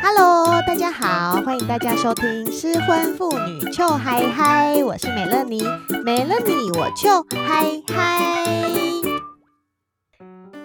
Hello，大家好，欢迎大家收听《失婚妇女糗嗨嗨》，我是美乐妮，美乐妮我糗嗨嗨。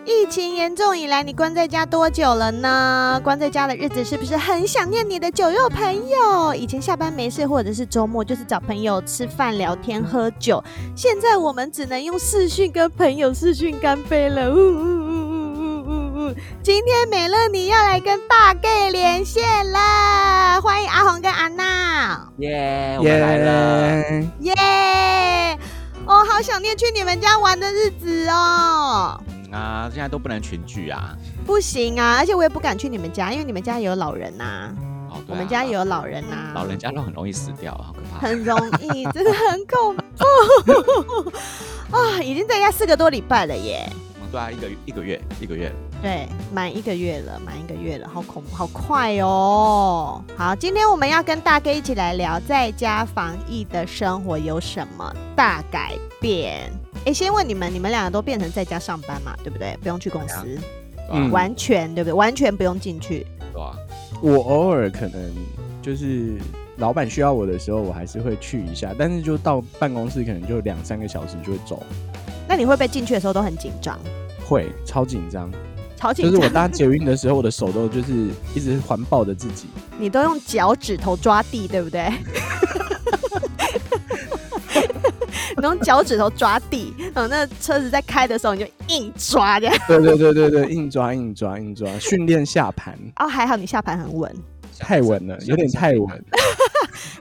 疫情严重以来，你关在家多久了呢？关在家的日子是不是很想念你的酒肉朋友？以前下班没事，或者是周末，就是找朋友吃饭、聊天、喝酒。现在我们只能用视讯跟朋友视讯干杯了。呜呜呜呜呜呜呜！今天美乐你要来跟大 gay 连线啦，欢迎阿红跟阿娜，耶我们来了。耶耶！哦，好想念去你们家玩的日子哦。嗯啊，现在都不能群聚啊。不行啊，而且我也不敢去你们家，因为你们家有老人呐、哦，对啊我们家也有老人呐、老人家都很容易死掉，好可怕。很容易，真的很恐怖 啊、已经在家四个多礼拜了耶，嗯对啊，一个一个月一个月，对，满一个月了，满一个月了，好恐怖，好快哦。好，今天我们要跟大哥一起来聊在家防疫的生活有什么大改变。哎，先问你们，你们两个都变成在家上班嘛，对不对？不用去公司，嗯完全对不对？完全不用进去。对啊，我偶尔可能就是老板需要我的时候，我还是会去一下，但是就到办公室可能就两三个小时就会走，那你会不会进去的时候都很紧张？会超紧张。超紧就张，是我搭捷运的时候，我的手都就是一直环抱着自 己，你都用脚趾头抓地，对不对？ 你用脚趾头抓地，然后那车子在开的时候你就硬抓这样。对对对对对，硬抓硬抓硬抓，训练下盘，哦，还好你下盘很稳。太稳了，有点太稳。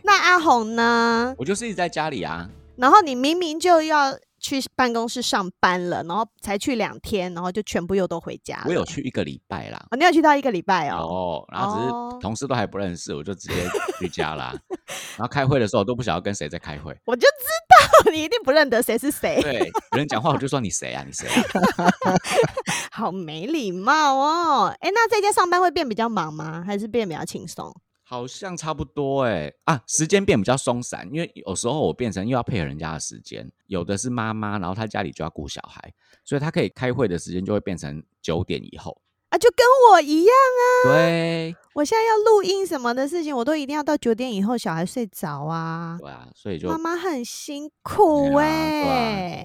那阿红呢？我就是一直在家里啊，然后你明明就要去办公室上班了，然后才去两天，然后就全部又都回家了。我有去一个礼拜啦。哦，你有去到一个礼拜哦。哦，然后只哦，是同事都还不认识，我就直接去家啦。然后开会的时候我都不晓得跟谁在开会我就知道 你一定不认得谁是谁，对，有人讲话我就说你谁啊，你谁啊？好没礼貌哦。哎，那在家上班会变比较忙吗？还是变比较轻松？好像差不多哎、啊，时间变比较松散，因为有时候我变成又要配合人家的时间，有的是妈妈，然后她家里就要顾小孩，所以她可以开会的时间就会变成九点以后。啊，就跟我一样。对，我现在要录音什么的事情，我都一定要到九点以后小孩睡着啊。对啊，所以就妈妈很辛苦对哎、啊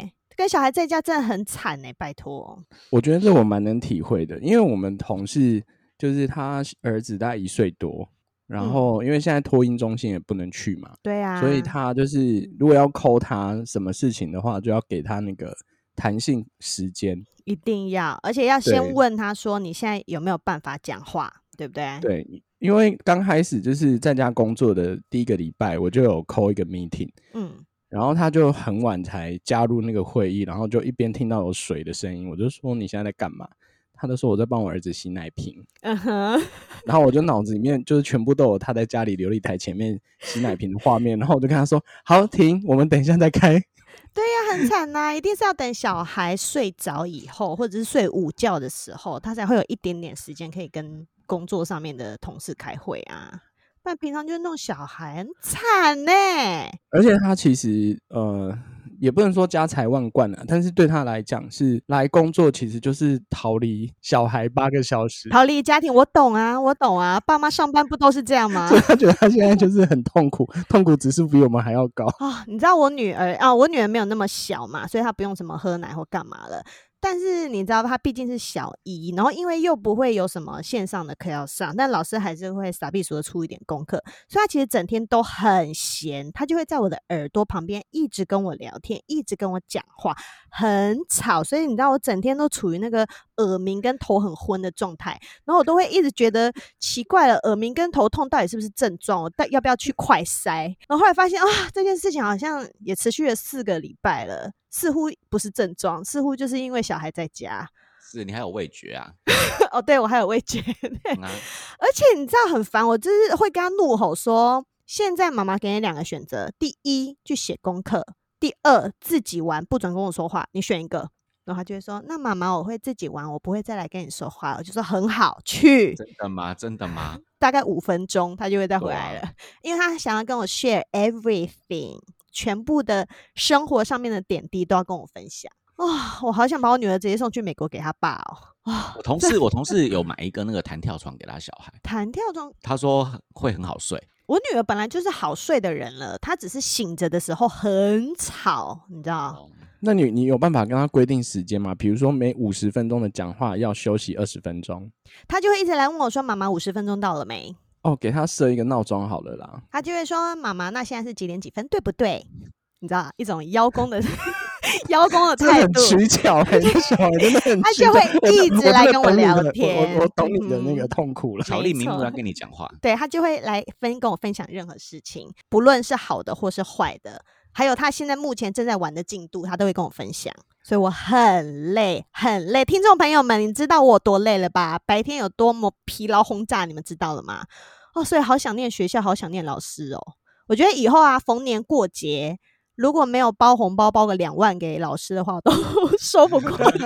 对啊跟小孩在家真的很惨哎、拜托。我觉得这我蛮能体会的，因为我们同事就是他儿子大概一岁多，然嗯后因为现在托婴中心也不能去嘛，对啊，所以他就是如果要扣他什么事情的话，就要给他那个弹性时间。一定要，而且要先对问他说你现在有没有办法讲话，对不对？对，因为刚开始就是在家工作的第一个礼拜，我就有扣一个 meeting，嗯，然后他就很晚才加入那个会议，然后就一边听到有水的声音，我就说你现在在干嘛？他就说我在帮我儿子洗奶瓶，嗯哼，然后我就脑子里面就是全部都有他在家里琉璃台前面洗奶瓶的画面，然后我就跟他说：“好，停，我们等一下再开。对呀、很惨呐、一定是要等小孩睡着以后，或者是睡午觉的时候，他才会有一点点时间可以跟工作上面的同事开会啊。不然平常就弄小孩，很惨呢、”而且他其实呃，也不能说家财万贯啊，但是对他来讲是来工作其实就是逃离小孩八个小时，逃离家庭，我懂啊，我懂啊，爸妈上班不都是这样吗 所？以 他觉得他现在就是很痛苦，痛苦指数比我们还要高。啊、你知道我女儿啊、我女儿没有那么小嘛，所以她不用什么喝奶或干嘛了。但是你知道，她毕竟是小一，然后因为又不会有什么线上的课要上，但老师还是会傻逼说的出一点功课，所以她其实整天都很闲，她就会在我的耳朵旁边一直跟我聊天，一直跟我讲话，很吵。所以你知道，我整天都处于那个耳鸣跟头很昏的状态，然后我都会一直觉得奇怪了，耳鸣跟头痛到底是不是症状？我到要不要去快筛？然后后来发现啊，这件事情好像也持续了四个礼拜了，似乎不是症状，似乎就是因为小孩在家。 是你还有味觉啊，哦，对我还有味觉，对嗯啊而且你知道很烦，我就是会跟他怒吼说：现在妈妈给你两个选择，第一去写功课，第二自己玩，不准跟我说话，你选一个。然后他就会说：“那妈妈，我会自己玩，我不会再来跟你说话了。”我就说：“很好，去。”真的吗？真 的吗？大概五分钟，他就会再回对来了，啊因为他想要跟我 share everything，全部的生活上面的点滴都要跟我分享。哇、我好想把我女儿直接送去美国给她爸哦。啊、我同事 我同事有买一个那个弹跳床给他小孩，弹跳床，他说会很好睡。我女儿本来就是好睡的人了，她只是醒着的时候很吵，你知道？哦那你你有办法跟他规定时间吗？比如说每五十分钟的讲话要休息二十分钟，她就会一直来问我说：“妈妈，五十分钟到了没哦，给他设一个闹钟好了啦？”。她就会说：“妈妈，那现在是几点几分，对不对？”你知道一种邀功的 邀功的这个态很度，取巧哎、欸，这小孩真的很他取巧。就会一我直来跟我真的懂你聊的我天我我懂你的那个嗯痛苦了。巧没立名目啊错要跟你讲 话，对她就会来分跟我分享任何事情，不论是好的或是坏的，还有她现在目前正在玩的进度，她都会跟我分享。所以我很累，很累。听众朋友们，你知道我多累了吧？白天有多么疲劳轰炸，你们知道了吗？哦，所以好想念学校，好想念老师哦。我觉得以后啊，逢年过节如果没有包红包包个两万给老师的话，我都 收不过去， 收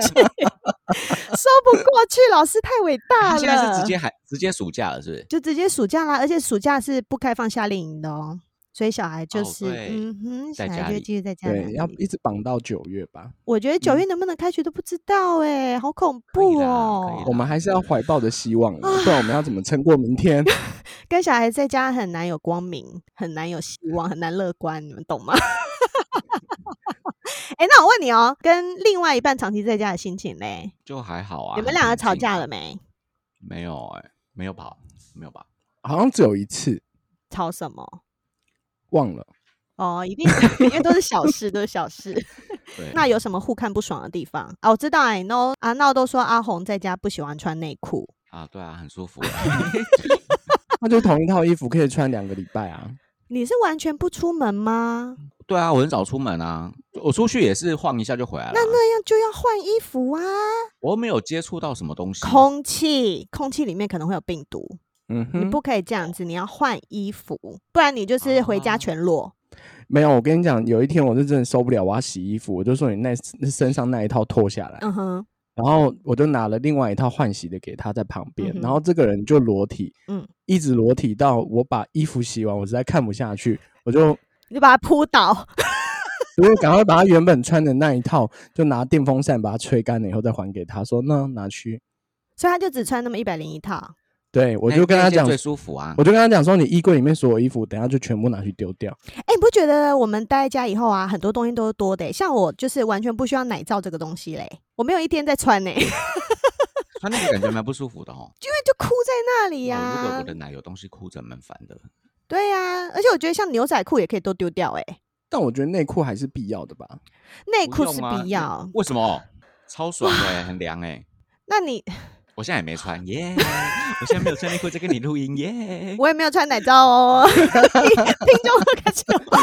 不过去。老师太伟大他了，现在是直接还直接暑假了，是不是？就直接暑假啦，而且暑假是不开放夏令营的哦，所以小孩就哦是、对嗯哼，小在孩家就会里继续在家对，里要。一直绑到九月吧。我觉得九嗯月能不能开学都不知道哎、好恐可以怖啦可以哦啦！我们还是要怀抱着希望啦，不然我们要怎么撑过明天？ 跟小孩在家很难有光明，很难有希望，很难乐观，你们懂吗？ 哎、那我问你哦，跟另外一半长期在家的心情嘞？就还好啊。你们很两个平吵静架了？没？没有哎、没有吧，没有吧。好像只有一次，吵什么？忘了。哦，一定是，因为都是小事，都是小事。对，那有什么互看不爽的地方啊？我知道，I know，阿闹都说阿红在家不喜欢穿内裤，啊，对啊， 很舒服欸。那就同一套衣服可以穿两个礼拜啊。你是完全不出门吗？对啊，我很少出门啊，我出去也是晃一下就回来了啊。那那样就要换衣服啊！我又没有接触到什么东西。空气，空气里面可能会有病毒，嗯你哼，不可以这样子，你要换衣服，不然你就是回家啊全裸。没有。我跟你讲，有一天我是真的受不了，我要洗衣服，我就说你那那身上那一套脱下哎来，嗯哼，然后我就拿了另外一套换洗的给他在旁边，嗯哼然后这个人就裸体，嗯嗯，一直裸体到我把衣服洗完，我实在看不下去，我就你就把它扑倒。我就赶快把他原本穿的那一套，就拿电风扇把它吹干了以后再还给他，说那拿去。所以他就只穿那么一百零一套，对，我那就跟哎那他件讲，最舒服啊我。就跟他讲说，你衣柜里面所有衣服，等下就全部拿去丢掉。哎、你不觉得我们待在家以后啊，很多东西都是多的欸、像我就是完全不需要奶罩这个东西嘞，我没有一天在穿呢、因为穿那个感觉蛮不舒服 的哦。就哭在那里呀、哦如果我的奶有东西哭着，蛮烦的。对呀、而且我觉得像牛仔裤也可以都丢掉、欸，哎，但我觉得内裤还是必要的吧。内不裤用是啊必要。为什么？超爽的欸，很凉哎。那你我现在也没穿耶，我现在没有穿内裤在跟你录音耶。我也没有穿奶罩 哦，听众都开始有话。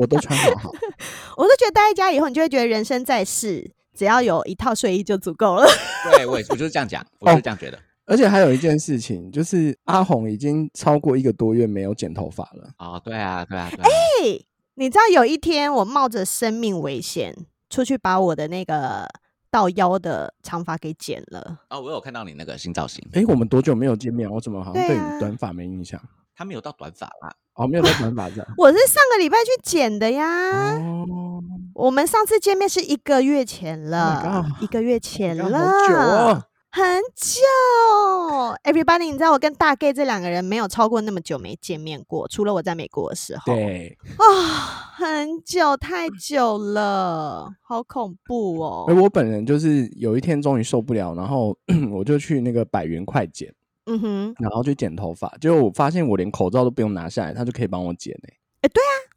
我都穿好好。 我都觉得待在家以后，你就会觉得人生在世，只要有一套睡衣就足够了。对，我也我就是这样讲，我就是这样觉得。而且还有一件事情，就是阿红已经超过一个多月没有剪头发了。哦，对啊，对啊，哎对啊。嘿，你知道有一天我冒着生命危险出去把我的那个到腰的长发给剪了。哦，我有看到你那个新造型，诶，我们多久没有见面？我怎么好像对对啊你短发没印象？他没有到短发啦。哦，没有在短发上。 我是上个礼拜去剪的呀，哦，我们上次见面是一个月前了，Oh God 一个月前好了，久哦。很久，everybody，你知道我跟大 gay 这两个人没有超过那么久没见面过，除了我在美国的时候，对，啊、很久太久了，好恐怖哦哎而。我本人就是有一天终于受不了，然后 我就去那个百元快剪，嗯哼，然后去剪头发，结果我发现我连口罩都不用拿下来，他就可以帮我剪欸诶、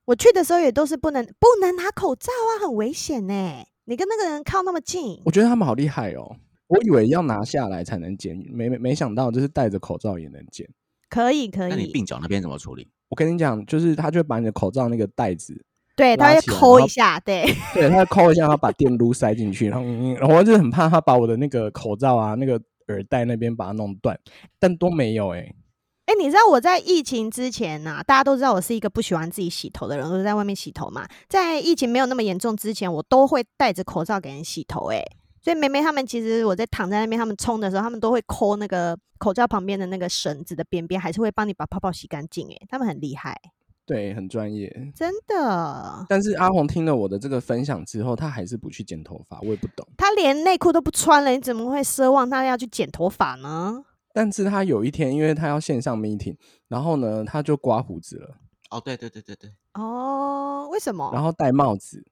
我去的时候也都是不能不能拿口罩啊，很危险呢、你跟那个人靠那么近我，觉得他们好厉害哦。我以为要拿下来才能剪，没没没想到就是戴着口罩也能剪。可以可那你以，鬓角那边怎么处理？我跟你讲，就是他就会把你的口罩那个带子对，他拉会起来抠然一后下，对，对，他抠一下，他把电撸塞进去，然后、嗯、然后我就很怕他把我的那个口罩啊、那个耳带那边把它弄断，但都没有哎、哎、你知道我在疫情之前呐、大家都知道我是一个不喜欢自己洗头的人，我都在外面洗头嘛。在疫情没有那么严重之前，我都会戴着口罩给人洗头、欸。所以梅梅他们其实我在躺在那边，他们冲的时候，他们都会抠那个口罩旁边的那个绳子的边边，还是会帮你把泡泡洗干净。哎，他们很厉害。对，很专业。真的，但是阿红听了我的这个分享之后，她还是不去剪头发，我也不懂。他连内裤都不穿了，你怎么会奢望他要去剪头发呢？但是她有一天，因为她要线上 meeting，然后呢，她就刮胡子了，哦，对对对对对，哦，为什么？然后戴帽子，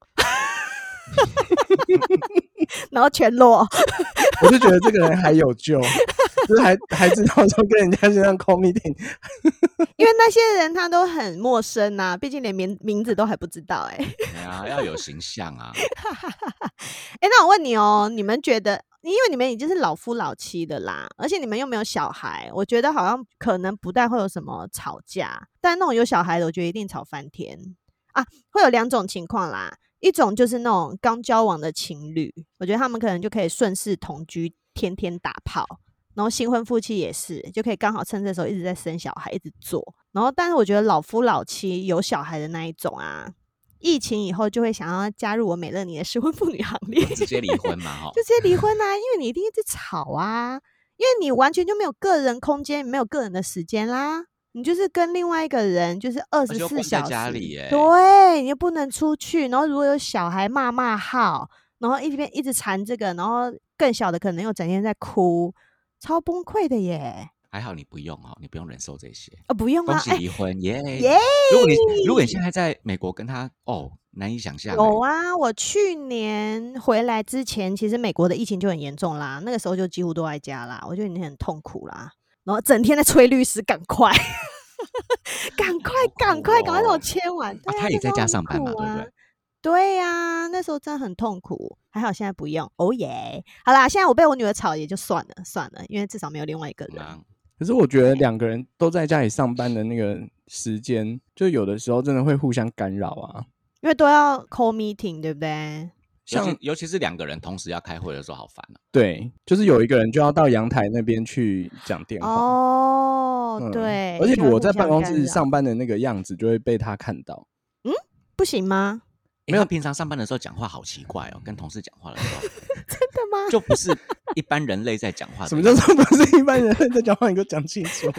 然后全裸， 我就觉得这个人还有救，就是还还知道说跟人家线上 call meeting，因为那些人他都很陌生呐、毕竟连名名字都还不知道、欸。哎，对啊，要有形象啊。哎，那我问你哦，你们觉得，因为你们已经是老夫老妻的啦，而且你们又没有小孩，我觉得好像可能不太会有什么吵架，但那种有小孩的，我觉得一定吵翻天啊！会有两种情况啦，一种就是那种刚交往的情侣，我觉得他们可能就可以顺势同居，天天打炮。然后新婚夫妻也是，就可以刚好趁这时候一直在生小孩，一直做。然后，但是我觉得老夫老妻有小孩的那一种啊，疫情以后就会想要加入我美乐你的失婚妇女行列，直接离婚嘛， 哈就，直接离婚啊，因为你一定一直吵啊，因为你完全就没有个人空间，没有个人的时间啦，你就是跟另外一个人就是二而十且又四关在小时，家里耶对，你又不能出去，然后如果有小孩骂骂号，然后一边一直缠这个，然后更小的可能又整天在哭，超崩溃的耶！还好你不用哦，你不用忍受这些。啊、不用恭啊，喜哎、离婚，耶、耶如果你如果你现在在美国跟他，哦，难以想象、有，啊，我去年回来之前，其实美国的疫情就很严重啦，那个时候就几乎都在家啦，我觉得你很痛苦啦，然后整天在催律师赶快， 赶快，赶快，赶快让我哦签完。对啊啊，他也那时在候家很上班苦嘛对不啊对？对呀、那时候真的很痛苦，还好现在不用。哦耶，好啦，现在我被我女儿吵也就算了，算了，因为至少没有另外一个人。啊，可是我觉得两个人都在家里上班的那个时间，就有的时候真的会互相干扰啊。因为都要 call meeting，对不对？尤像其尤其是两个人同时要开会的时候，好烦哦、对，就是有一个人就要到阳台那边去讲电话。哦，嗯对。而且就会我互在相办公干室扰上班的那个样子就会被他看到。不行吗？没有，平常上班的时候讲话好奇怪哦，嗯跟同事讲话的时候 真的吗？就不是一般人类在讲啊 话的样子。什么叫做不是一般人在讲话？你给我讲清楚。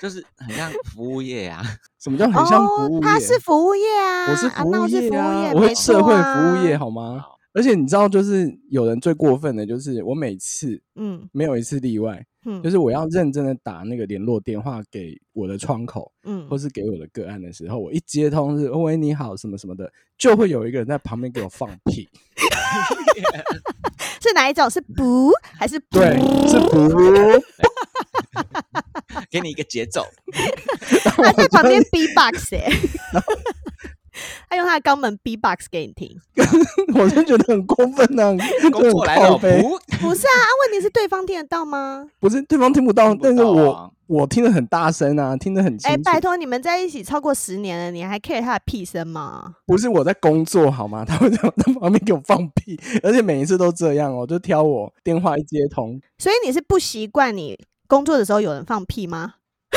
就是很像服务业 啊？什么叫很像哦服务业？他是服务业啊，我是啊服那务我是业服务业，我没是社错会啊服务业，，好吗？哦而且你知道，就是有人最过分的，就是我每次嗯没有一次例外，嗯，就是是我要认真的打那个联络电话给我的窗口，嗯或，是给我的个案的时候，我一接通是“喂，你好”什么什么的，就会有一个人在旁边给我放屁。 是哪一种？ 是不还是不对，是服务。给你一个节奏，他在旁边 B box 哎， 他用他的肛门 B box 给你 听， 我就觉得很过分 啊，就工很作来了，靠背服不是啊？啊问题是对方听得到吗？不是对方听不到，听不但是到我、啊我听得很大声啊，听得很清哎，楚。拜托，你们在一起超过十年了，你还 care 他的屁声吗？不是我在工作好吗？他会在我在旁边给我放屁，而且每一次都这样哦，就挑我电话一接通，所以你是不习惯你工作的时候有人放屁吗？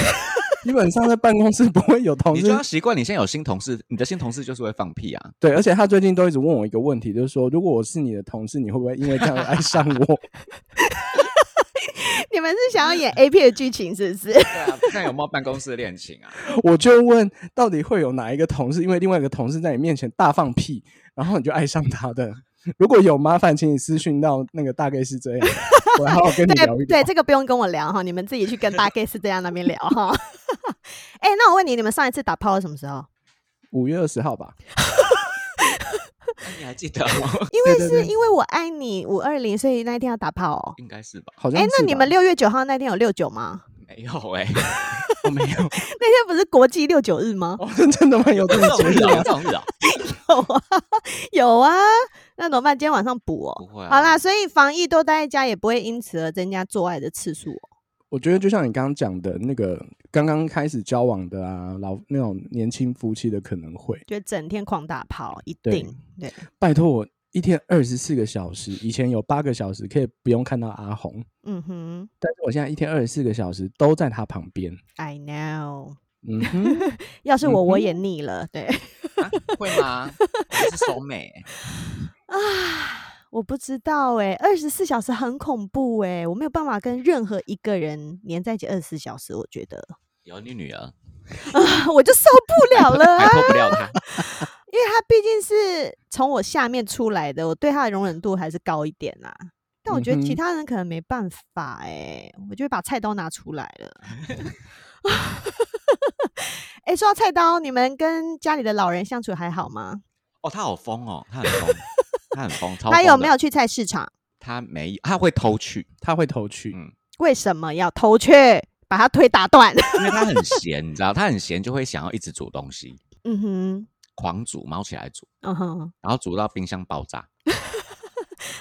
基本上在办公室不会有同你事就要习惯，你现在有新同事，你的新同事就是会放屁啊。 对，而且他最近都一直问我一个问题，就是说如果我是你的同事，你会不会因为这样爱上我？ 你们是想要演 A 片的剧情是不是？对啊，看有没有办公室恋情啊？我就问到底会有哪一个同事因为另外一个同事在你面前大放屁，然后你就爱上他的？如果有，麻烦请你私讯到那个大概 是这样，我好好跟你对聊一聊对，。这个不用跟我聊哈，你们自己去跟大 gay 是这样那边聊哈。 哎、那我问你，你们上一次打炮是什么时 候？五月二十号吧，那 你还记得吗？因为对对是对因为我爱你五二零，所以那一天要打炮哦。 应该是吧？好像哎、那是你吧们六月九号那天有六九吗？ 没有 哎、我没有。那天不是国际六九日吗？ 哦，真的蛮有 这这个种节日日啊，啊这！种日啊，有啊，有啊。那怎么办？今天晚上补哦。不会啊。好啦，所以防疫都待在家，也不会因此而增加做爱的次数哦。我觉得就像你刚刚讲的那个，刚刚开始交往的啊，老那种年轻夫妻的可能会，就整天狂打炮，一对定对。拜托我一天二十四个小时，以前有八个小时可以不用看到阿红，嗯哼但是我现在一天二十四个小时都在他旁边。 ，I know。嗯哼， 要是我，嗯我哼也腻了。对。啊会吗？还是欸手美、啊，我不知道哎、二十四小时很恐怖哎、我没有办法跟任何一个人黏在一起二十四小时，我觉得 有你女儿，我就受不了 了还啊！脱不了他。因为他毕竟是从我下面出来的，我对他的容忍度还是高一点啦、啊但我觉得嗯其哼他人可能没办法哎、我就会把菜刀拿出来了。哎、说到菜刀，你们跟家里的老人相处还好吗？哦，他好疯哦，他很 疯，他很疯，超他疯有的没有？去菜市场？他没有，他会偷去，他会投去，嗯为什么要偷去把他腿打断？ 因为他很闲，你知道，他很闲就会想要一直煮东西，嗯哼，狂煮，猫起来煮，嗯哼，然后煮到冰箱爆炸，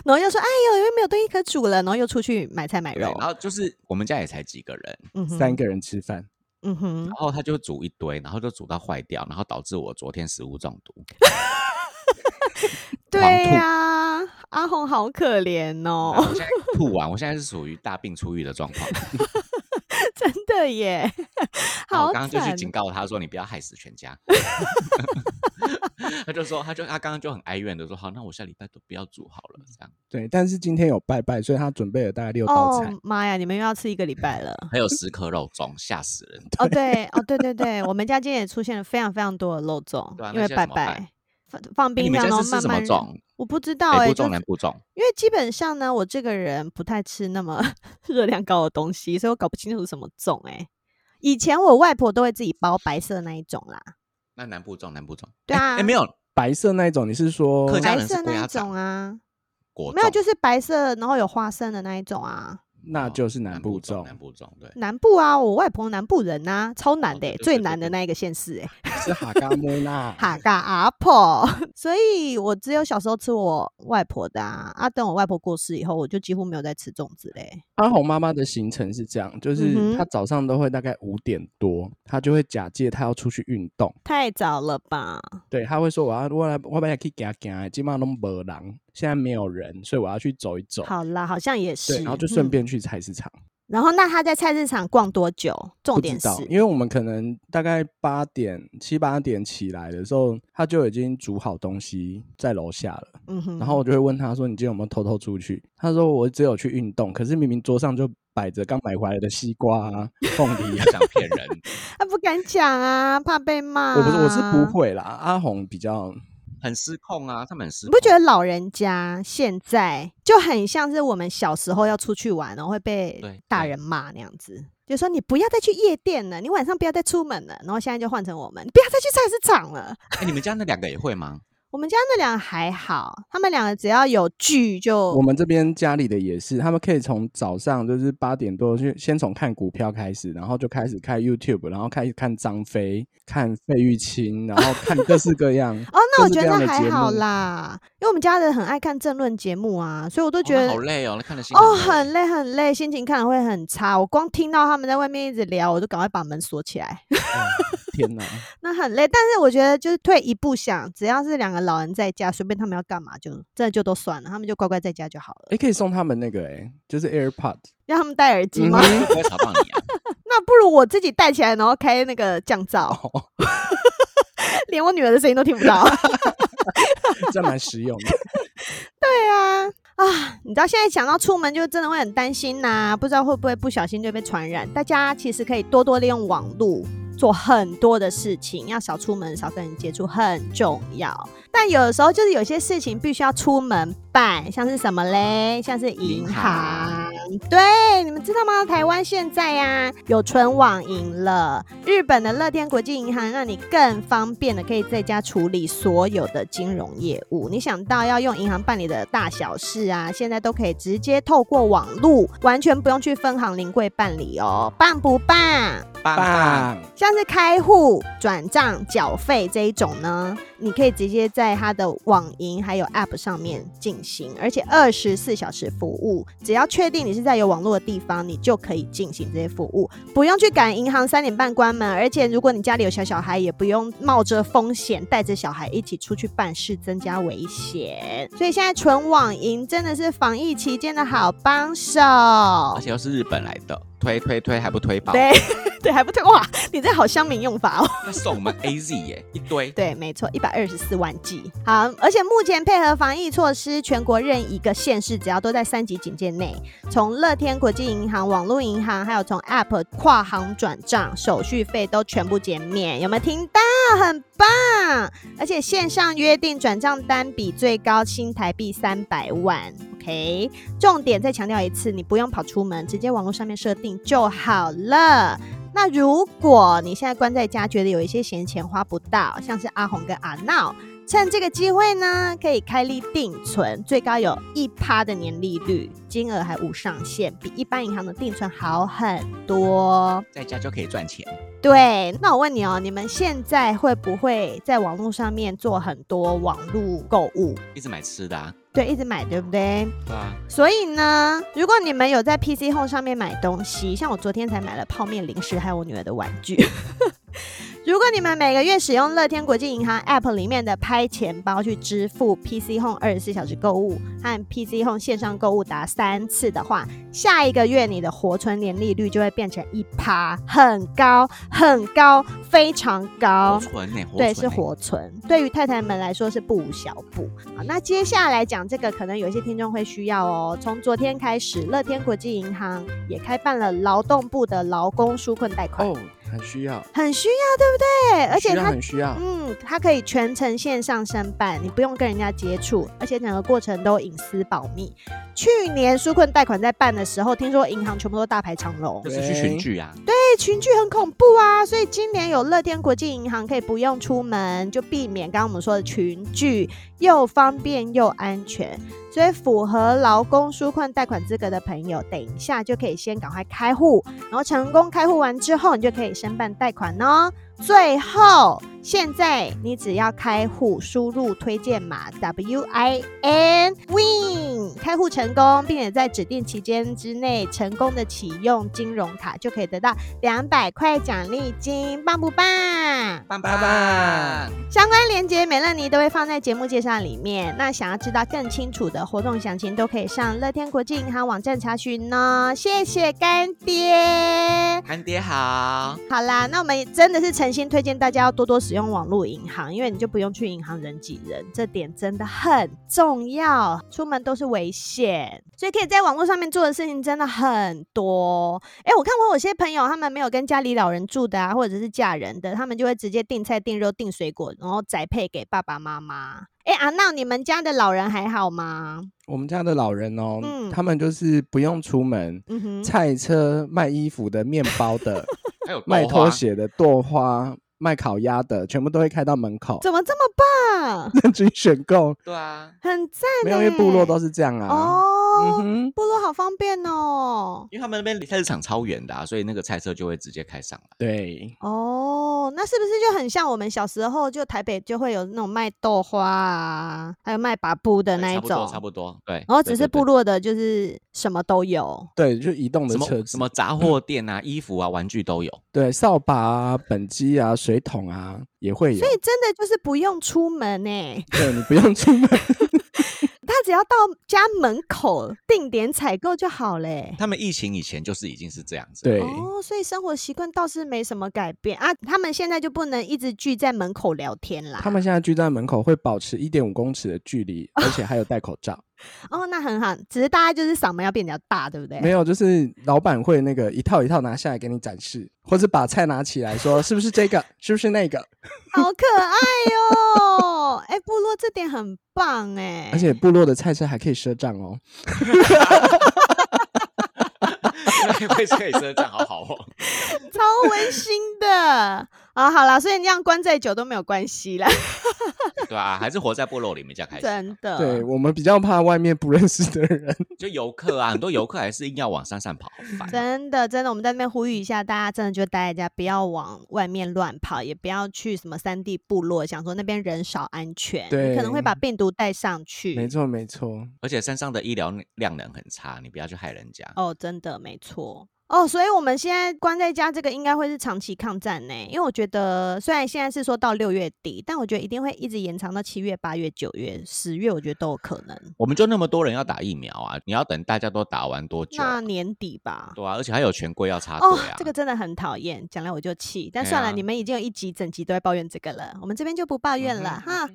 然后又说：“哎呦，又没有东西可煮了。”然后又出去买菜买对肉然。后就是我们家也才几个人，嗯哼，三，个人吃饭，嗯哼然，后他就煮一堆，然后就煮到坏掉，然后导致我昨天食物中毒。对狂吐呀、阿红好可怜哦然。后我现在吐完，我现在是属于大病初愈的状况。 真的 耶，然后好我刚刚就去惨警告他说：“你不要害死全 家。”他就说，他就他刚刚就很哀怨的说：“好，那我下礼拜都不要煮好嗯了。”这样对，但是今天有拜拜，所以他准备了大概六道哦菜，！妈呀，你们又要吃一个礼拜 了。还有十颗肉粽，吓死人！哦，对，哦，对对对，我们家今天也出现了非常非常多的 肉粽，对啊因那为现在拜怎么办拜放放哎你冰们箱，家然后是吃慢什么慢让。粽？我不知道哎、北部就粽、是南部粽？因为基本上呢，我这个人不太吃那么 热量高的东西，所以我搞不清楚什么粽哎、以前我外婆都会自己包白色那一种啦，那南部粽，南部粽。对啊哎、诶没有白色那一种，你是说客家白人是色龟那一鸭掌种啊，果没有粽就是白色，然后有花生的那一种啊。那哦就是南南部粽，粽，南部粽 对。南部啊，我外婆南部人呐、超难的、哦对欸，对最对难的对那一个县市哎、，是哈嘎莫那 哈嘎阿婆， 所以我只有小时候吃我外婆的啊，啊，等我外婆过世以后，我就几乎没有再吃粽子嘞。阿红妈妈的行程是这样，就嗯是哼她早上都会大概五点多，她就会假借她要出去运动，太早了吧？对，她会说我要我来我本来去行行，今晚都没人，现在没有人，所以我要去走一走，好啦，好像也是。对，然后就顺嗯便去菜市场。然后那他在菜市场逛多久？重不知点是道，因为我们可能大概八点七八点起来的时候，她就已经煮好东西在楼下了。嗯哼然后我就会问他说：“你今天有没有偷偷出去？”他说：“我只有去运动，可是明明桌上就摆着刚买回来的西瓜啊、凤梨啊。不想骗人，他不敢讲 啊，怕被骂、”我不是，我是不。会啦。阿红比较，很失控啊！他们很失你控，不觉得老人家现在就很像是我们小时候要出去玩，然后会被对大对人骂那样子？就说你不要再去夜店了，你晚上不要再出门了。然后现在就换成我们，你不要再去菜市场了。哎、你们家那两个也会吗？我们家那两个还好，他们两个只要有剧就我们这边家里的也是，他们可以从早上就是八点多就先从看股票开始，然后就开始看 YouTube，然后开始看张飞、看费玉清，然后看各式各 样。哦，那我各觉式各得那样的节还目好。啦，因为我们家人很爱看政论节目啊，所以我都我觉得好累哦，那看得心哦，很很累很累，心情看了会很差。我光听到他们在外面一直聊，我就赶快把门锁起来。 哦天哪！那很累，但是我觉得就是退一步想，只要是两个老人在家，随便他们要干嘛就真的就都算了，他们就乖乖在家就好了。哎，可以送他们那个哎，就是 AirPod。让他们戴耳机嗯吗？累，会不会吵到你啊？ 那不如我自己戴起来，然后开那个降噪， 连我女儿的声音都听不到。这样蛮实用的。对啊，啊，你知道现在想到出门就真的会很担心呐、不知道会不会不小心就被传染。大家其实可以多多利用网络。做很多的事情，要少出门，少跟人接触很重要。但有的时候就是有些事情必须要出门办，像是什么嘞？像是银银行行。对，你们知道吗？台湾现在呀、有纯网银了，日本的乐天国际银行让啊你更方便的可以在家处理所有的金融业务。你想到要用银行办理的大小事啊，现在都可以直接透过网路，完全不用去分行临柜办理哦，棒不 棒？棒棒！棒！像是开户、转账、缴费这一种呢，你可以直接在它的网银还有 App 上面进行，而且二十四小时服务。只要确定你是在有网络的地方，你就可以进行这些服务，不用去赶银行三点半关门。而且如果你家里有小小孩，也不用冒着风险带着小孩一起出去办事，增加危险。所以现在纯网银真的是防疫期间的好帮手。而且又是日本来的，推推推还不推爆，对 对，还不退哇！你这好乡民用法哦。那送我们 AZ 耶、一堆。对，没错，一百二十四万剂。好，而且目前配合防疫措施，全国任一个县市只要都在三级警戒内，从乐天国际银行、网络银行，还有从 App 跨行转账，手续费都全部减免。有没有听到？很棒！而且线上约定转账单笔最高新台币三百万。OK，重点再强调一次，你不用跑出门，直接网络上面设定就好了。那如果你现在关在家，觉得有一些闲钱花不到，像是阿红跟阿闹，趁这个机会呢，可以开立定存，最高有一趴的年利率，金额还无上限，比一般银行的定存好很多。在家就可以赚钱。对，那我问你哦，你们现在会不会在网络上面做很多网络购物？一直买吃的啊，对，一直买，对不对？对啊，所以呢，如果你们有在 PC Home 上面买东西，像我昨天才买了泡面、零食，还有我女儿的玩具。 如果你们每个月使用乐天国际银行 App 里面的拍钱包去支付 PC Home 二十四小时购物和 PC Home 线上购物达三次的话，下一个月你的活存年利率就会变成一趴，很高，很高，非常高。活存呢、活存、对，是。活存。对于太太们来说是不无小补。好，那接下来讲这个，可能有一些听众会需要哦。从昨天开始，乐天国际银行也开办了劳动部的劳工纾困贷款，哦，很需要，很需要，对不对？而且需要它很需要，嗯，它可以全程线上申办，你不用跟人家接触，而且整个过程都隐私保密。去年纾困贷款在办的时候，听说银行全部都大排长龙，就是去群聚啊，对群聚很恐怖啊，所以今年有乐天国际银行可以不用出门，就避免刚刚我们说的群聚，又方便又安全。所以符合劳工纾困贷款资格的朋友，等一下就可以先赶快开户，然后成功开户完之后，你就可以申办贷款哦。最后，现在你只要开户，输入推荐码 W I N WIN，开户成功，并且在指定期间之内成功的启用金融卡，就可以得到两百块奖励金，棒不棒？棒棒棒相关链接美乐妮都会放在节目介绍里面。那想要知道更清楚的活动详情，都可以上乐天国际银行网站查询哦。谢谢干爹。干爹好，好啦，那我们真的是诚心推荐大家要多多使用网络银行，因为你就不用去银行人挤人，这点真的很重要。出门都是危险，所以可以在网络上面做的事情真的很多。哎、我看我有些朋友他们没有跟家里老人住的啊，或者是嫁人的，他们就会直接订菜、订肉、订水果，然后宅配给爸爸妈妈。哎、阿闹，你们家的老人还好吗？我们家的老人哦，嗯他们就是不用出门，嗯哼，菜车卖衣服的、面包 的、还有啊卖豆花拖，鞋的、剁花、卖烤鸭的，全部都会开到门口，怎么这么棒？ 任君选购。对啊，很赞没有，因为部落欸都是这样啊。嗯哦，哼，部落好方便哦。因为他们那边离菜市场超远的、啊，所以那个菜车就会直接开上来。对，哦，那是不是就很像我们小时候就台北就会有那种卖豆花啊，还有卖把布的对那一差不多种，差不多，对。然后对只对是部对落的就是什么都有，对，就移动的什车么子什，么杂货店啊、 衣服啊、玩具都有。对，扫把啊、本机啊、水桶啊也会有所。以真的就是不用出门呢、对你不用出 门，他只要到家门口定点采购就好嘞、他们疫情以前就是已经是这样子了，对，哦，所以生活习惯倒是没什么改变啊。他们现在就不能一直聚在门口聊天啦。他们现在聚在门口会保持一点五公尺的距离，而且还有戴口罩。哦，那很好，只是大家就是嗓门要变比较大，对不 对？没有，就是老板会那个一套一套拿下来给你展示，或者把菜拿起来说是不是这个，是不是那个， 好可爱哟、哎、部落这点很棒哎、而且部落的菜车还可以赊账哦。 因为会可以赊账，好好哦。超温馨的啊！好啦，所以你这样关再久都没有关系啦，对啊，还是活在部落里面比较开心。真的。 对我们比较怕外面不认识的人，就游客啊，很多游客还是硬要往山上跑，好烦。哦真的，真的，我们在那边呼吁一下，大家真的就待在家，不要往外面乱跑，也不要去什么山地部落，想说那边人少安全，你可能会对把病毒带上去。没。错没错，而且山上的医疗量能很差，你不要去害人家。哦，真的没错。哦，所以我们现在关在家这个应该会是长期抗战呢，因为我觉得虽然现在是说到六月底，但我觉得一定会一直延长到七月、八月、九月、十月，我觉得都有可能。我们就那么多人要打疫苗啊，你要等大家都打完多久啊、那年底吧。对啊，而且还有权贵要插队哦啊。，这个真的很讨厌，讲来我就气。但哎算了，呀你们已经有一集整集都在抱怨这个了，我们这边就不抱怨了、嗯哼哈。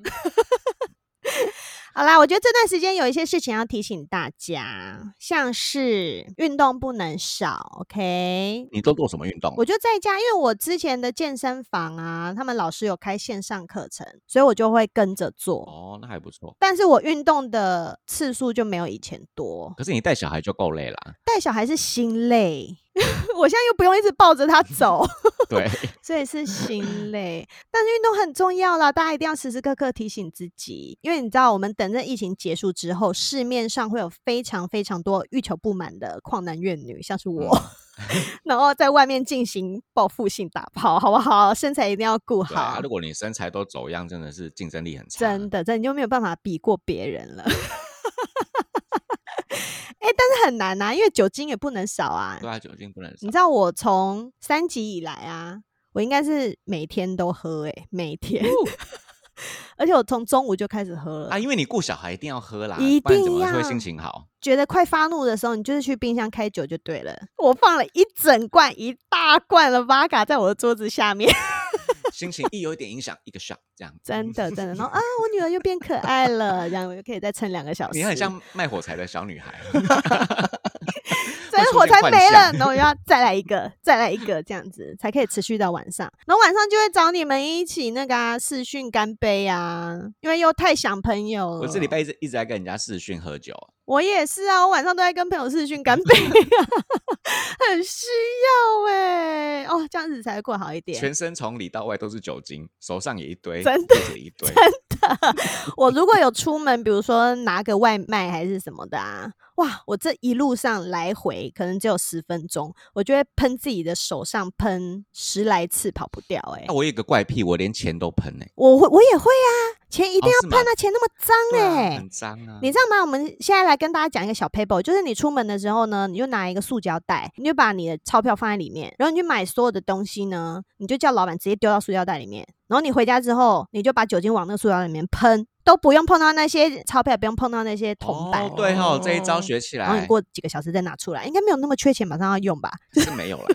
好啦，我觉得这段时间有一些事情要提醒大家，像是运动不能少，OK？你都做什么运动？我就在家，因为我之前的健身房啊，他们老师有开线上课程，所以我就会跟着做。哦，那还不错。但是我运动的次数就没有以前多，可是你带小孩就够累啦。带小孩是心累， 我现在又不用一直抱着他走， 对，所以 是心累，但是运动很重要啦，大家一定要时时刻刻提醒自己，因为你知道，我们等这疫情结束之后，市面上会有非常非常多欲求不满的旷男怨女，像是我，嗯 然后在外面进行报复性打炮，好不好？身材一定要顾对啊好，如果你身材都走样，真的是竞争力很差。真的，真的你就没有办法比过别人了。 哎、但是很难呐、因为酒精也不能少啊。对啊，酒精不能少你知道我从三级以来啊，我应该是每天都喝、欸，每天，哦 而且我从中午就开始喝了。啊，因为你顾小孩一定要喝啦，一不然怎么定会要心情好？觉得快发怒的时候，你就是去冰箱开酒就对了。我放了一整罐、一大罐的 v 嘎在我的桌子下面， 心情一有一点影响，一个 shot 这样。真的真的。然后啊，我女儿又变可爱了，然后我就可以再撑两个小时。你很像卖火柴的小女孩， 所以出火现柴幻没了，象然后我就要再来一个，再来一个，这样子才可以持续到晚上。然后晚上就会找你们一起那个啊，视讯干杯啊，因为又太想朋友了。我这礼拜一直一直在跟人家视讯喝酒，我也是啊，我晚上都在跟朋友视讯干杯啊， 很需要哎、哦，这样子才会过好一点。全身从里到外都是酒精，手上也一堆，真肚子也一堆。我如果有出门，比如说拿个外卖还是什么的啊，哇，我这一路上来回可能只有十分钟，我就会喷自己的手上喷十来次，跑不掉哎、啊，我有一个怪癖，我连钱都喷哎、我会，我也会啊，钱一定哦要是喷吗啊，钱那么脏对啊哎、很脏啊。你知道吗？我们现在来跟大家讲一个小 paper，就是你出门的时候呢，你就拿一个塑胶袋，你就把你的钞票放在里面，然后你去买所有的东西呢，你就叫老板直接丢到塑胶袋里面，然后你回家之后，你就把酒精往那个塑胶袋里面喷，都不用碰到那些钞票，不用碰到那些铜板。哦，对哦，这一招哦学起然后来你过几个小时再拿出来，应该没有那么缺钱，马上要用吧？是没有了。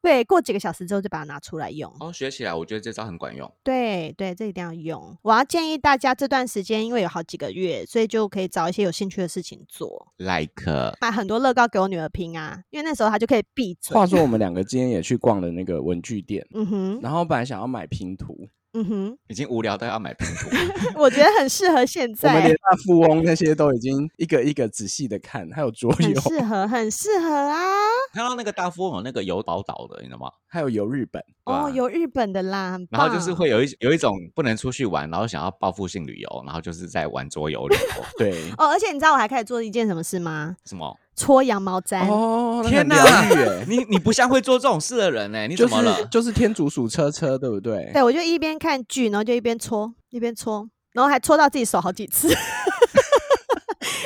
对，过几个小时之后就把它拿出来用。哦，学起来，我觉得这招很管用。对对，这一定要用。我要建议大家这段时间，因为有好几个月，所以就可以找一些有兴趣的事情做， Like，买很多乐高给我女儿拼啊，因为那时候她就可以闭嘴。话说我们两个今天也去逛了那个文具店，嗯哼，然后本来想要买拼图，嗯哼， 已经无聊到要买拼图了，我觉得很适合现我们连在，大富翁那些都已经一个一个仔细的看，还有桌很游，适合，很适合 啊。看到那个大富翁有那个游宝岛的，你知道吗？还有游日 本。。对哦，啊有日本的啦，很然后就是棒会有一有一种不能出去玩，然后想要报复性旅游，然后就是在玩桌游旅游对，哦，而且你知道我还开始做一件什么事吗？什么？搓羊毛毡。哦，那天很疗哪！愈欸你你不像会做这种事的人呢、 欸你就怎么是了？就是天竺鼠车车，对不对？对，我就一边看剧，然后就一边搓，一边搓，然后还搓到自己手好几次。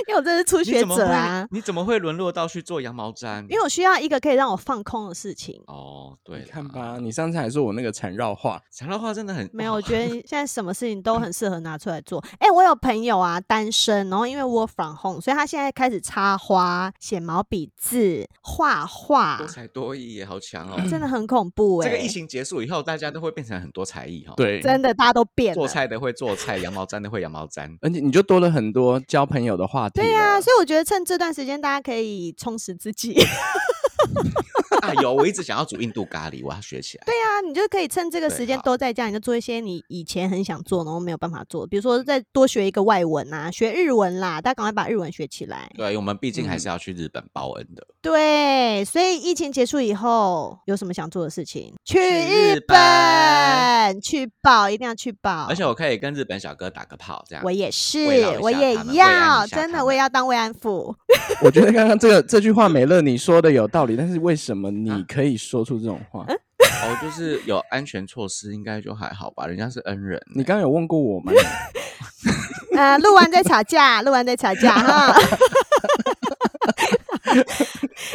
因为我这是初你学怎么者啊会，你怎么会沦落到去做羊毛毡？因为我需要一个可以让我放空的事情。哦，对你啦，看吧，你上次还说我那个缠绕画，长乐话真的很没有，哇我觉得现在什么事情都嗯很适合拿出来做。哎、我有朋友啊，单身，然后因为 work from home，所以他现在开始插花、写毛笔字、画画多，才多艺也好强哦。真的很恐怖哎、这个疫情结束以后，大家都会变成很多才艺哈、哦。，对真的大家都变做了。菜的会做菜，羊毛毡的会羊毛毡。而且你就多了很多交朋友的话题了。对啊，所以我觉得趁这段时间，大家可以充实自己。 啊，有，我一直想要煮印度咖喱，我要学起来。对啊，你就可以趁这个对时间好都在家，你就做一些你以前很想做，然后没有办法做，比如说再多学一个外文啊，学日文啦，大家赶快把日文学起来。对，我们毕嗯竟还是要去日本报恩的。对，所以疫情结束以后，有什么想做的事情？去日日本，去报，一定要去报。而且我可以跟日本小哥打个炮，这样我也是慰劳一，我下也他要，们慰安一下真的，他我们也要当慰安妇。我觉得刚刚这个这句话，美乐你说的有道理，但是为什么啊你可以说出这种话？嗯哦，就是有安全措施，应该就还好吧。人家是恩人欸、你刚刚有问过我吗？嗯呃，录 完再吵架，录完再吵架哈。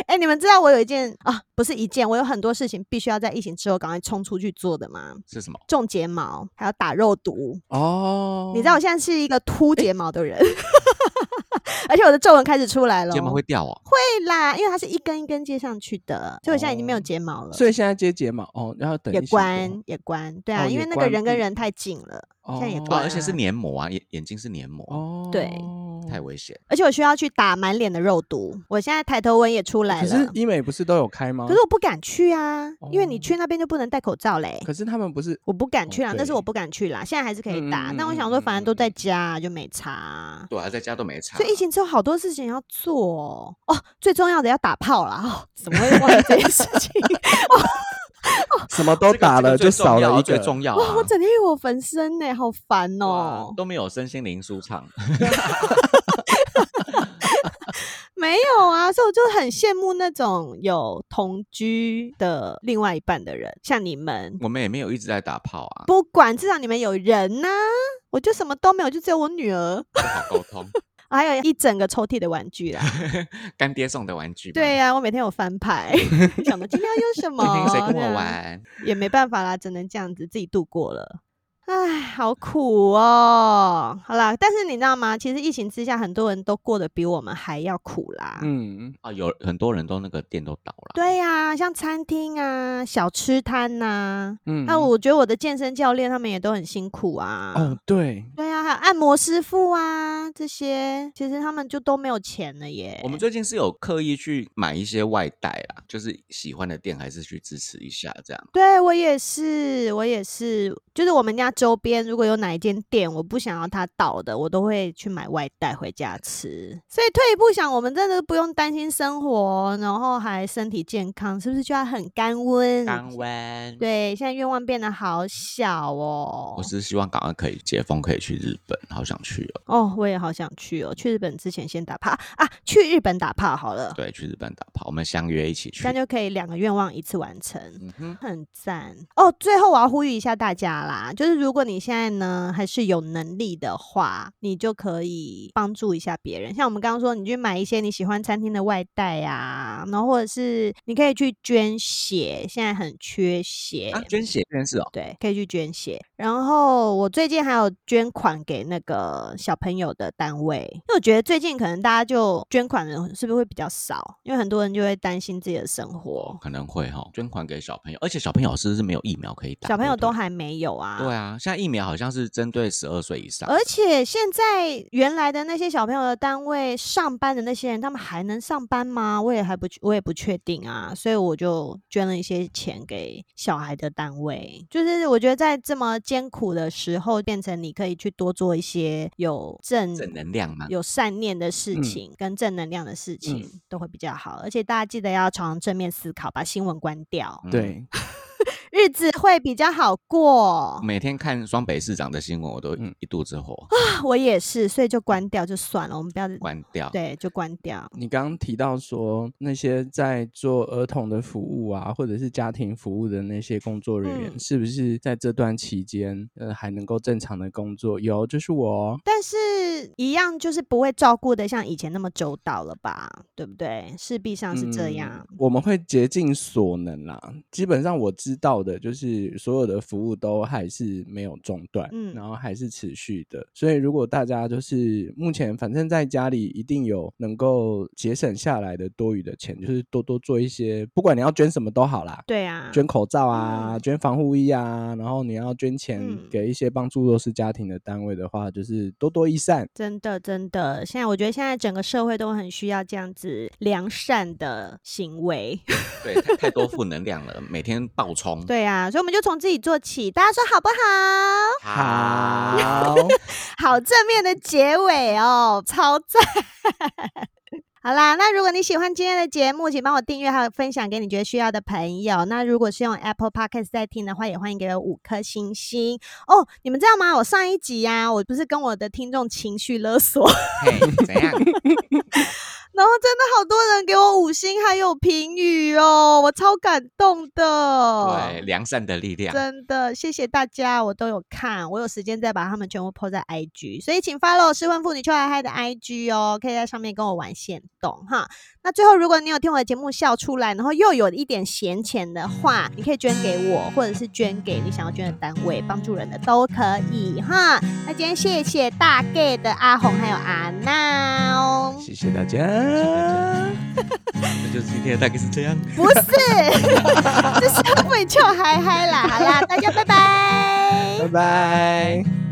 哎、你们知道我有一件啊，不是一件，我有很多事情必须要在疫情之后赶快冲出去做的吗？是什么？种睫毛，还有打肉毒。哦，你知道我现在是一个秃睫毛的人， 而且我的皱纹开始出来了。睫毛会掉哦。会啦，因为它是一根一根接上去的，所以我现在已经没有哦睫毛了。所以现在接睫毛哦，然后等也一起做关也关，对啊，哦因也为那个关人跟嗯人太近了，哦，在也哦，关而且是啊黏膜啊，眼眼睛是黏膜，哦，对太危险。而且我需要去打满脸的肉毒。我现在抬头纹也出来哦可了，是医美不是都有开吗？可是我不敢去啊，因为你哦去那边就不能戴口罩嘞。可是他们不 是我不敢哦去啦，啊那是我对不敢去啦。现在还是可以嗯打，嗯但我嗯想说，嗯反正嗯都在嗯家啊就没差啊。对啊，在家都没差。所以疫情之后好多事情要做哦，哦最重要的要打炮啦！哦，怎么会忘记这件事 情？ 什么都这个打这个了最就重少要了一最个，重要哦哇，我啊。整天以为我纹身呢，好烦哇哦。都没有身心灵舒畅，没有啊，所以我就很羡慕那种有同居的另外一半的人，像你们，我们也没有一直在打炮啊，不管至少你们有人呐、我就什么都没有，就只有我女儿，不好沟通。 还有一整个抽屉的玩具啦。干爹送的玩具嘛，对呀、我每天有翻 牌，想着今天要用什么，今天谁跟这我样玩？也没办法啦，只能这样子自己度过了。唉，好苦哦。好啦，但是你知道吗？其实疫情之下，很多人都过得比我们还要苦啦。嗯，啊，有很多人都那个店都倒了。对呀、像餐厅啊、小吃摊呐、嗯，那、我觉得我的健身教练他们也都很辛苦啊。哦对，对啊，还有按摩师傅啊，这些其实他们就都没有钱了耶。我们最近是有刻意去买一些外带啦，就是喜欢的店还是去支持一下这样。对我也是，我也是，就是我们家周边如果有哪一间店我不想要它倒的，我都会去买外带回家吃。所以退一步想，我们真的不用担心生活，然后还身体健康，是不是就要很甘温？当温，嗯对，现在愿望变得好小哦。我是希望赶快可以解封，可以去日本，好想去哦。哦，我也好想去哦！去日本之前先打炮啊，去日本打炮好了，对，去日本打炮，我们相约一起去这样。就可以两个愿望一次完成。嗯哼，很赞哦！最后我要呼吁一下大家啦，就是如果你现在呢还是有能力的话，你就可以帮助一下别人。像我们刚刚说，你去买一些你喜欢餐厅的外带啊，然后或者是你可以去捐血，现在很缺血。啊，捐血这件事哦，对，可以去捐血。然后我最近还有捐款给那个小朋友的单位，因为我觉得最近可能大家就捐款的人是不是会比较少，因为很多人就会担心自己的生活。可能会哈、哦，捐款给小朋友，而且小朋友是不是没有疫苗可以打？小朋友对都不还没有啊。对对啊，现在疫苗好像是针对十二岁以上的，而且现在原来的那些小朋友的单位上班的那些人，他们还能上班吗？我也还不我也不确定啊，所以我就捐了一些钱给小孩的单位。就是我觉得在这么艰苦的时候，变成你可以去多做一些有正正能量嘛，有善念的事嗯情跟正能量的事情、嗯都会比较好，而且大家记得要常常正面思考，把新闻关掉，嗯，对，日子会比较好过。每天看双北市长的新闻，我都嗯一肚子火， 我也是，所以就关掉就算了，我们不要关掉。对，就关掉。你刚刚提到说那些在做儿童的服务啊，或者是家庭服务的那些工作人员，嗯是不是在这段期间，呃，还能够正常的工作？有，就是我哦，但是，一样就是不会照顾的像以前那么周到了吧？对不对？势必上是这嗯样。我们会竭尽所能啦。基本上我知道的就是所有的服务都还是没有中断，嗯然后还是持续的。所以如果大家就是目前反正在家里一定有能够节省下来的多余的钱，就是多多做一些，不管你要捐什么都好啦。对啊，捐口罩啊，嗯捐防护衣啊，然后你要捐钱嗯给一些帮助弱势家庭的单位的话，就是多多益善。真的真的。现在我觉得现在整个社会都很需要这样子良善的行为。 对，太太多负能量了，每天爆冲。对啊，所以我们就从自己做起，大家说好不好？啊好，好正面的结尾哦，超赞。 好啦，那如果你喜欢今天的节目，请帮我订阅还有分享给你觉得需要的朋友。那如果是用 Apple Podcast 在听的话，也欢迎给我五颗星星哦。你们知道吗？我上 一集呀、我不是跟我的听众情绪勒索，嘿，怎样？ 然后真的好多人给我五星还有评语哦，我超感动的。对，良善的力量。哦真的，谢谢大家，我都有看，我有时间再把他们全部 po 在 IG，所以请 follow 失婚妇女邱嗨嗨的 IG 哦，可以在上面跟我玩线动哈。那最后，如果你有听我的节目笑出来，然后又有一点闲钱的话，你可以捐给我，或者是捐给你想要捐的单位，帮助人的都可以哈。那今天谢谢大 gay 的阿红还有阿娜哦，谢谢大家，那就是今天的大概是这样。不是， 这是为邱嗨嗨啦，好啦，大家拜拜。拜拜。